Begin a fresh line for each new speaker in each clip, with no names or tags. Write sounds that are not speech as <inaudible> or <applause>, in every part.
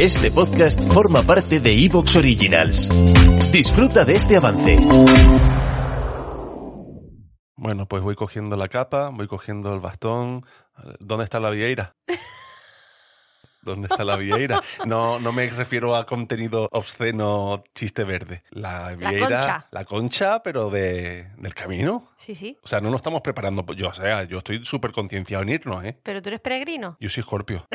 Este podcast forma parte de Evox Originals. Disfruta de este avance.
Bueno, pues voy cogiendo la capa, voy cogiendo el bastón. ¿Dónde está la vieira? ¿Dónde está la vieira? No, no me refiero a contenido obsceno, chiste verde. La vieira,
concha.
la concha, pero de, del camino.
Sí, sí.
O sea, no nos estamos preparando. Yo, o sea, yo estoy súper concienciado en irnos, ¿eh?
Pero tú eres peregrino.
Yo soy Scorpio.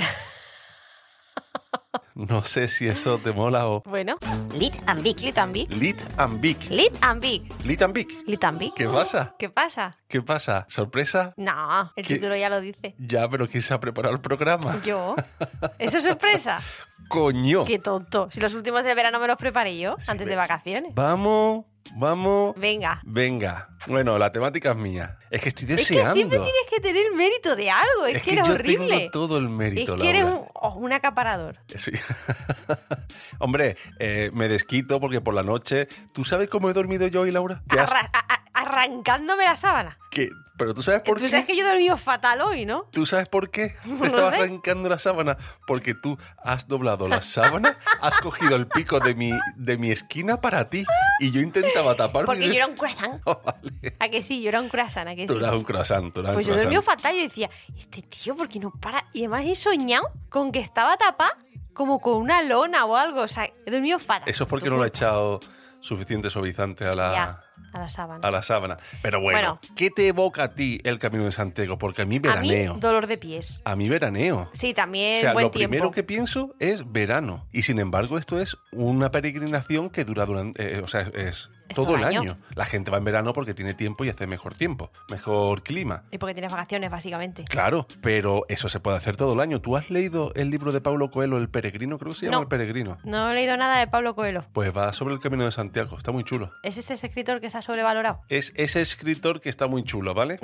No sé si eso te mola o. <laughs>
Bueno,
Lit and Big.
Lit and Big.
Lit and Vic.
Lit and Big.
Lit and Vic.
Lit and Big.
¿Qué pasa?
¿Qué pasa?
¿Qué pasa? ¿Sorpresa?
No, el
¿Qué?
título ya
<laughs>
lo dice.
Ya, pero ¿quién se ha preparado el programa?
Yo. Eso
<laughs>
es sorpresa.
¡Coño!
Qué tonto. Si los últimos de verano me los preparé yo
Sí,
antes de
ves.
vacaciones.
Vamos, vamos.
Venga.
Venga. Bueno, la temática es mía. Es que estoy
Es que
deseando.
siempre tienes que tener mérito de algo. Es, que eres
yo
horrible.
tengo todo el
Es
mérito,
que eres
Laura.
un, oh, un acaparador.
Sí. <laughs> Hombre, eh, me desquito porque por la noche. ¿Tú sabes cómo he dormido yo hoy, Laura? Que has-
Arra- a- a- arrancándome la sábana.
que- Pero tú sabes por
Tú
qué.
sabes que yo he dormido fatal hoy, ¿no?
¿Tú sabes por qué? Te
<laughs> No
estaba
sé.
arrancando la sábana porque tú has doblado la sábana, has cogido el pico de mi, de mi esquina para ti y yo intentaba taparme.
Porque
<laughs>
yo era un croissant.
Vale.
¿A que sí? Yo era un croissant, ¿a que
Tú
sí?
eras un croissant, tú eras
Pues
un
yo
croissant.
dormía fatal. Yo decía, este tío, ¿por qué no para? Y además he soñado con que estaba tapada como con una lona o algo. O sea, he dormido fatal.
Eso es porque
Tu
no le he
culpa.
echado suficiente suavizante a la,
Ya, a la sábana.
a la sábana. Pero bueno,
Bueno.
¿qué te evoca a ti el Camino de Santiago? Porque a mí
a mí,
veraneo.
dolor de pies.
A mí veraneo.
Sí,
O
también
sea,
buen
lo primero
tiempo.
que pienso es verano. Y sin embargo, esto es una peregrinación que dura durante. eh, o sea, es, es
Es
todo
todo
el
el
año.
año.
La gente va en verano porque tiene tiempo y hace mejor tiempo, mejor clima.
Y porque tienes vacaciones, básicamente.
Claro, pero eso se puede hacer todo el año. ¿Tú has leído el libro de Pablo Coelho, El Peregrino? Creo que se llama
No.
El Peregrino.
No he leído nada de Pablo Coelho.
Pues va sobre el camino de Santiago. Está muy chulo.
¿Es este ese escritor que está sobrevalorado?
Es ese escritor que está muy chulo,
<laughs>
¿vale?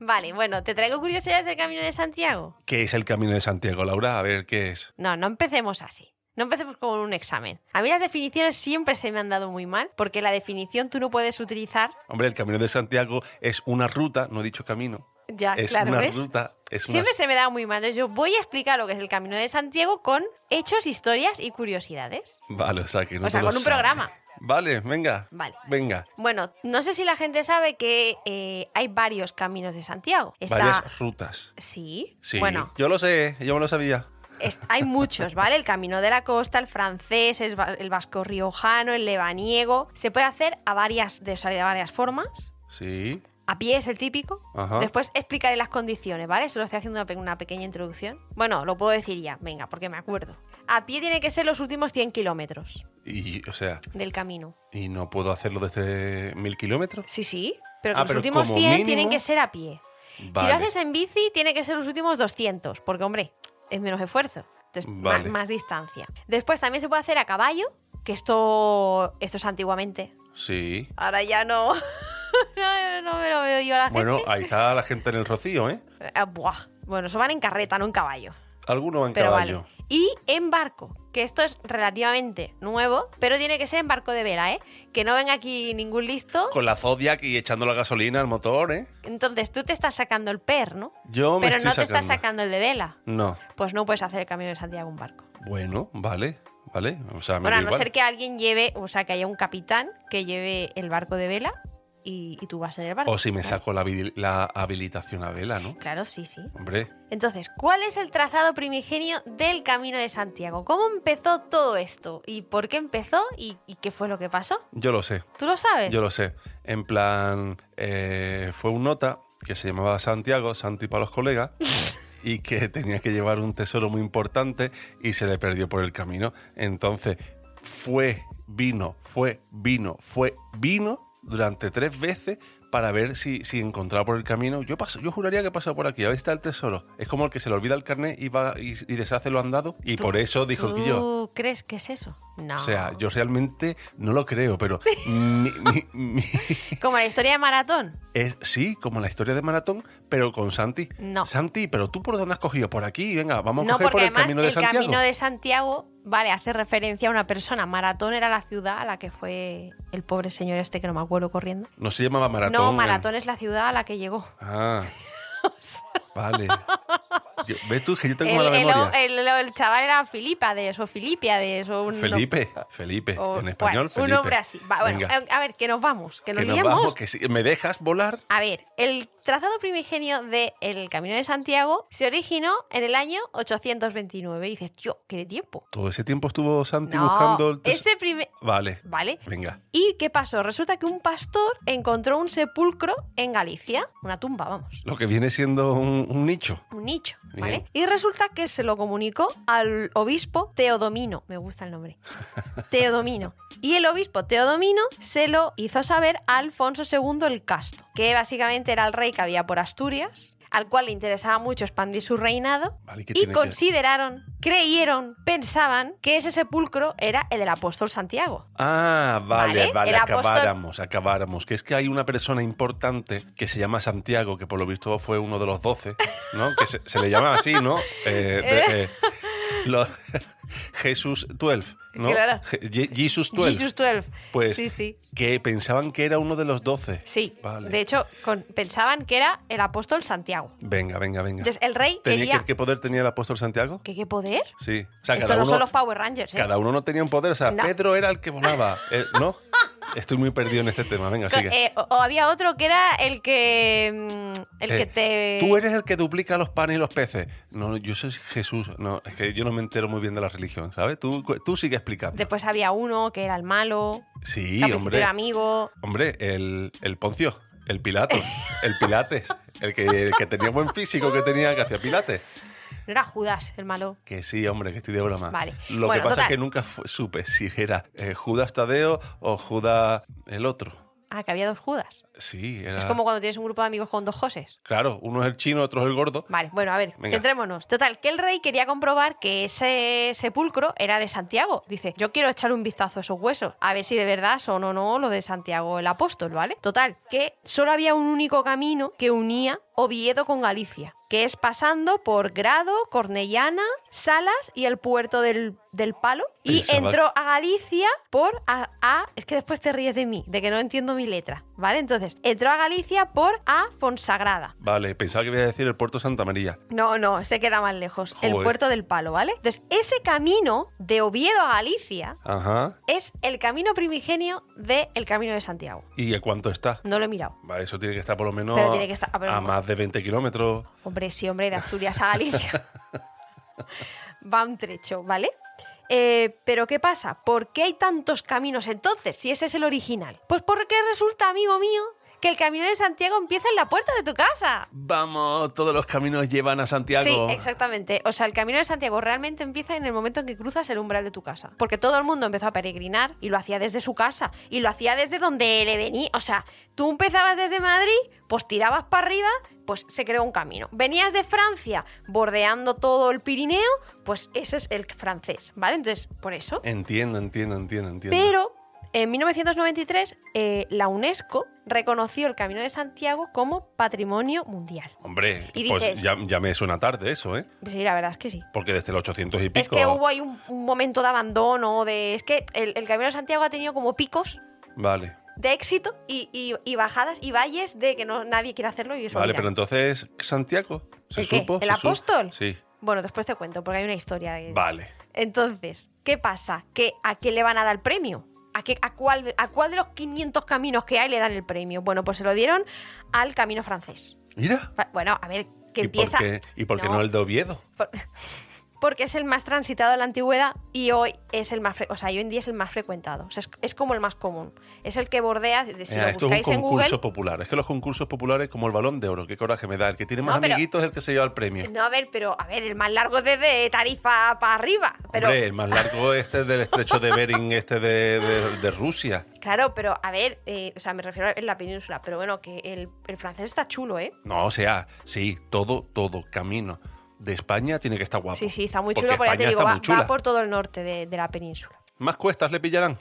Vale, bueno, ¿te traigo curiosidades del Camino de Santiago?
¿Qué es el Camino de Santiago, Laura? A ver, ¿qué es?
No, no empecemos así. No empecemos con un examen. A mí las definiciones siempre se me han dado muy mal, porque la definición tú no puedes utilizar.
Hombre, el Camino de Santiago es una ruta, no he dicho camino.
Ya,
es
Ah, claro,
una
¿ves?
ruta, es una
Siempre se me da muy mal. Entonces, yo voy a explicar lo que es el Camino de Santiago con hechos, historias y curiosidades.
Vale, o sea, que no
O
te
sea,
lo
con un
sabes.
programa.
Vale, venga.
Vale.
Venga.
Bueno, no sé si la gente sabe que eh, hay varios caminos de Santiago. Está...
Varias rutas.
Sí.
Sí.
Bueno,
Yo lo sé, yo me lo sabía.
es- hay muchos, ¿vale? El camino de la costa, el francés, el, va- el vasco riojano, el lebaniego. Se puede hacer a varias, de, o sea, de varias formas.
Sí.
A pie es el típico.
Ajá.
Después explicaré las condiciones, ¿vale? Solo estoy haciendo una, pe- una pequeña introducción. Bueno, lo puedo decir ya, venga, porque me acuerdo. A pie tiene que ser los últimos 100 kilómetros
Y, o sea,
del camino.
¿y no puedo hacerlo desde mil kilómetros?
Sí, sí, pero que
Ah,
los
pero
últimos
como
100
mínimo-
tienen que ser a pie. Si
Vale.
lo haces en bici, tiene que ser los últimos 200, porque, hombre, es menos esfuerzo. Entonces, ma-
Vale.
más, distancia. Después también se puede hacer a caballo, que esto, esto es antiguamente.
Sí.
Ahora ya no. <laughs> no, no me lo veo yo a la
Bueno,
gente.
ahí está la gente en el rocío, ¿eh?
Eh, buah. Bueno, eso van en carreta, no en caballo.
Algunos van en
Pero
caballo.
vale. Y en barco, que esto es relativamente nuevo, pero tiene que ser en barco de vela, ¿eh? Que no venga aquí ningún listo.
Con la Zodiac y echando la gasolina al motor, ¿eh?
Entonces tú te estás sacando el per, ¿no?
Yo me
pero
estoy
no te estás
sacando.
sacando el de vela.
No.
Pues no puedes hacer el camino de Santiago en barco.
Bueno, vale, vale. O sea, me
Bueno,
da
a no
igual.
ser que alguien lleve, o sea, que haya un capitán que lleve el barco de vela y, y tú vas en el barco.
O si me
¿vale?
saco la, habil- la habilitación a vela, ¿no?
Claro, sí, sí.
Hombre,
Entonces, ¿cuál es el trazado primigenio del Camino de Santiago? ¿Cómo empezó todo esto? ¿Y por qué empezó? ¿Y, y qué fue lo que pasó?
yo lo sé.
¿Tú lo sabes?
Yo lo sé. En plan, eh, fue un nota que se llamaba Santiago, Santi para los
<laughs>
colegas, y que tenía que llevar un tesoro muy importante y se le perdió por el camino. Entonces, fue, vino, fue, vino, fue, vino durante tres veces para ver si, si encontraba por el camino. Yo paso, yo juraría que pasó por aquí, a ver si está el tesoro. Es como el que se le olvida el carnet y, va, y, y deshace lo andado. Y por eso dijo
¿Tú
que yo...
crees que es eso? No.
O sea, yo realmente no lo creo,
<laughs>
pero mi- mi- mi-
Como la historia de maratón.
es sí, como la historia de maratón, pero con Santi.
No.
Santi, pero tú por dónde has cogido por aquí, venga, vamos a
No,
coger por
porque
el
además
camino de
el
Santiago.
camino de Santiago, vale, hace referencia a una persona. Maratón era la ciudad a la que fue el pobre señor este que no me acuerdo corriendo.
No se llamaba maratón.
no,
eh.
<laughs> Maratón es la ciudad a la que llegó.
Ah. Vale. Yo- ¿Ves tú? Es que yo tengo
El,
mala
el-
memoria.
el- el chaval era Filipades o Filipiades o un...
Felipe, Felipe,
o-
en español,
Oh, bueno,
Felipe.
Un hombre así. Va, bueno,
Venga,
a ver, que nos vamos, que nos
que nos
liamos.
vamos, que sí. ¿Me dejas volar?
A ver, el trazado primigenio del Camino de Santiago se originó en el año 829. Y dices, tío, qué de tiempo.
Todo ese tiempo estuvo Santi
No,
buscando el tesoro.
ese primer...
Vale,
Vale.
venga.
¿Y qué pasó? Resulta que un pastor encontró un sepulcro en Galicia, una tumba, vamos,
Lo que viene siendo un, un nicho.
un nicho,
Bien.
¿vale? Y resulta que se lo comunicó al obispo Teodomino, me gusta el
<laughs>
nombre, Teodomino. Y el obispo Teodomino se lo hizo saber a Alfonso II el Casto, que básicamente era el rey que había por Asturias, al cual le interesaba mucho expandir su reinado,
Vale, ¿qué
y
tiene que-
consideraron, creyeron, pensaban que ese sepulcro era el del apóstol Santiago.
Ah, vale,
Vale,
vale,
el apóstol-
acabáramos, acabáramos. Que es que hay una persona importante que se llama Santiago, que por lo visto fue uno de los doce, ¿no? Que se, se le llama así, ¿no? Eh, de-
<laughs>
eh, los- <laughs> Jesús 12, ¿no?
Claro.
Je- Je- Jesus 12.
Jesus 12.
Pues-
sí, sí.
Que pensaban que era uno de los doce.
Sí,
Vale.
de hecho con- pensaban que era el apóstol Santiago.
Venga, venga, venga.
Entonces el rey
¿Tenía,
quería...
¿qué, qué poder tenía el apóstol Santiago?
¿Qué, qué poder?
Sí. O sea,
Estos
cada
no
uno,
son los Power Rangers, ¿eh?
cada uno no tenía un poder. O sea,
No.
Pedro era el que volaba, eh,
<laughs>
¿no? Estoy muy perdido en este tema. Venga,
Co-
sigue.
eh, o, o había otro que era el que... mm, El
Eh,
que te...
Tú eres el que duplica los panes y los peces. No, no, yo soy Jesús. No, es que yo no me entero muy bien de la religión, ¿sabes? Tú, cu- tú sigue explicando.
Después había uno que era el malo,
sí,
que al principio
hombre.
era amigo...
Hombre, el, el Poncio, el Pilato, el Pilates, el que, el que tenía buen físico, que tenía que hacía Pilates.
No era Judas el malo.
Que sí, hombre, que estoy de broma.
Vale.
Lo
Bueno,
que pasa
total.
es que nunca fu- supe si era eh, Judas Tadeo o Judas el otro.
Ah, que había dos Judas.
Sí, era.
Es como cuando tienes un grupo de amigos con dos Joses.
Claro, uno es el chino, otro es el gordo.
Vale, bueno, a ver,
Venga.
centrémonos. Total, que el rey quería comprobar que ese sepulcro era de Santiago. Dice, yo quiero echarle un vistazo a esos huesos, a ver si de verdad son o no lo de Santiago el apóstol, ¿vale? Total, que solo había un único camino que unía Oviedo con Galicia, que es pasando por Grado, Cornellana, Salas y el puerto del, del Palo. Y
Pensaba-
entró a Galicia por a, a- Es que después te ríes de mí, de que no entiendo mi letra, ¿vale? Entonces, entró a Galicia por A Fonsagrada.
Vale, pensaba que iba a decir el puerto Santa María.
No, no, se queda más lejos. El
Joder.
puerto del Palo, ¿vale? Entonces, ese camino de Oviedo a Galicia
Ajá.
es el camino primigenio del Camino de Santiago.
¿Y a cuánto está?
No lo he mirado.
Va, Eso tiene que estar por lo menos
Pero tiene que estar- a ver,
a
un-
más de 20 kilómetros.
Hombre, sí, hombre, de Asturias a Galicia. Va un trecho, ¿vale? Eh, Pero ¿qué pasa? ¿Por qué hay tantos caminos entonces si ese es el original? Pues porque resulta, amigo mío, que el Camino de Santiago empieza en la puerta de tu casa.
Vamos, todos los caminos llevan a Santiago.
Sí, exactamente. O sea, el camino de Santiago realmente empieza en el momento en que cruzas el umbral de tu casa. Porque todo el mundo empezó a peregrinar y lo hacía desde su casa y lo hacía desde donde le venía. O sea, tú empezabas desde Madrid, pues tirabas para arriba, pues se creó un camino. Venías de Francia bordeando todo el Pirineo, pues ese es el francés, ¿vale? Entonces, por eso.
Entiendo, entiendo, entiendo, entiendo.
Pero en 1993 eh, la UNESCO reconoció el Camino de Santiago como Patrimonio Mundial.
Hombre,
Y
pues
dices-
ya, ya me suena tarde eso, ¿eh?
Sí, la verdad es que sí.
Porque desde el 800 y pico...
Es que hubo ahí un, un momento de abandono, de. Es que el, el Camino de Santiago ha tenido como picos
Vale,
de éxito y, y- y bajadas y valles de que no, nadie quiere hacerlo y eso.
vale,
mira.
pero entonces, ¿Santiago? ¿Se
¿El qué?
supo?
¿El
¿Se supo?
apóstol?
Sí,
Bueno, después te cuento, porque hay una historia de.
vale.
Entonces, ¿qué pasa? ¿Que ¿A quién le van a dar el premio? ¿A, qué, a, cuál, ¿A cuál de los 500 caminos que hay le dan el premio? Bueno, pues se lo dieron al camino francés.
Mira.
Pa- Bueno, a ver, que
¿Y
empieza.
por qué, y por qué no. el de Oviedo?
Por- <laughs> Porque es el más transitado de la antigüedad y hoy es el más, fre- o sea, hoy en día es el más frecuentado. O sea, es, es como el más común. Es el que bordea, de- si
Eh,
lo
esto es un
buscáis en
concurso
Google.
popular. Es que los concursos populares como el balón de oro, qué coraje me da. El que tiene más
No, pero-
amiguitos es el que se lleva el premio.
No, a ver, pero a ver, el más largo es desde Tarifa para arriba. Pero
Hombre, el más largo este es del estrecho de
<laughs>
Bering, este de, de- de Rusia.
claro, pero a ver, eh, o sea, me refiero en la península, pero bueno, que el, el francés está chulo, ¿eh?
No, o sea, sí, todo, todo, camino de España tiene que estar guapo.
Sí, sí, está muy
Ah, pues, Porque
chulo, porque ya te
España
digo,
está
va,
muy chula.
va por todo el norte de, de la península.
Más cuestas le pillarán.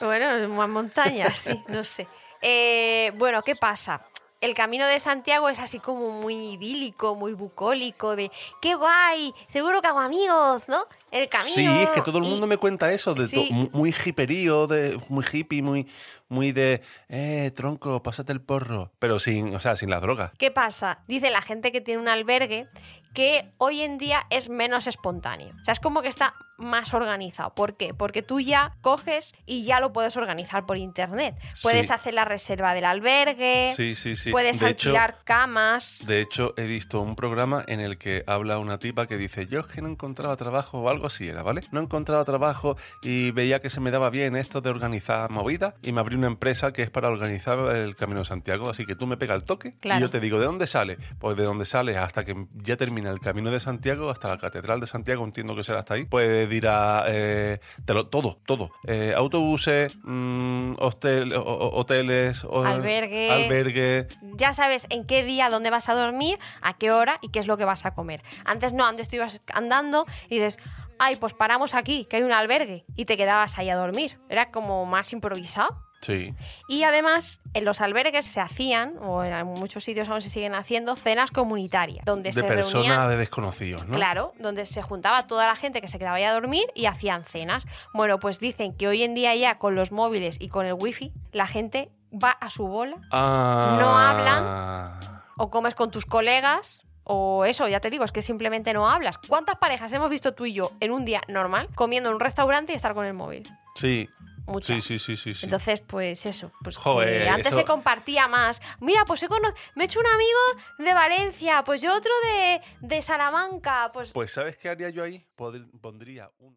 Bueno, más montañas, sí, no sé. Eh, bueno, ¿qué pasa? el camino de Santiago es así como muy idílico, muy bucólico, de qué guay, seguro que hago amigos, ¿no? El camino.
Sí, es que todo el
y-
mundo me cuenta eso, de to-
Sí.
mu- muy hiperío, de muy hippie, muy, muy de eh, tronco, pásate el porro. Pero sin, o sea, sin las drogas.
¿Qué pasa? Dice la gente que tiene un albergue que hoy en día es menos espontáneo. O sea, es como que está más organizado. ¿Por qué? Porque tú ya coges y ya lo puedes organizar por internet. Puedes
Sí.
hacer la reserva del albergue,
Sí, sí, sí.
Eh, puedes
de hecho,
alquilar camas.
de hecho, he visto un programa en el que habla una tipa que dice, yo es que no encontraba trabajo o algo así era, ¿vale? No encontraba trabajo y veía que se me daba bien esto de organizar movidas y me abrí una empresa que es para organizar el Camino de Santiago, así que tú me pegas el toque
Claro.
y yo te digo, ¿de dónde sale? Pues de dónde sale hasta que ya termina el Camino de Santiago, hasta la Catedral de Santiago, entiendo que será hasta ahí, puedes ir a... eh, te lo- todo, todo. Eh, autobuses, mm, hostel- o- o- hoteles, o-
Albergue.
albergue,
Ya sabes en qué día, dónde vas a dormir, a qué hora y qué es lo que vas a comer. Antes no, antes tú ibas andando y dices, ay, pues paramos aquí, que hay un albergue, y te quedabas ahí a dormir. Era como más improvisado.
Sí,
Y además, en los albergues se hacían, o en muchos sitios aún se siguen haciendo, cenas comunitarias, donde
de
se
personas
reunían.
de desconocidos, ¿no?
Claro, donde se juntaba toda la gente que se quedaba ahí a dormir y hacían cenas. Bueno, pues dicen que hoy en día ya con los móviles y con el wifi, la gente va a su bola
Ah.
No hablan. o comes con tus colegas. O eso, ya te digo, es que simplemente no hablas. ¿Cuántas parejas hemos visto tú y yo en un día normal comiendo en un restaurante y estar con el móvil?
Sí,
Muchas.
sí, sí, sí, sí. sí.
Entonces, pues eso, pues
Joder,
que antes
eso-
se compartía más. Mira, pues he cono- me he hecho un amigo de Valencia, pues yo otro de, de Salamanca, pues...
Pues ¿sabes qué haría yo ahí? Podr- Pondría un...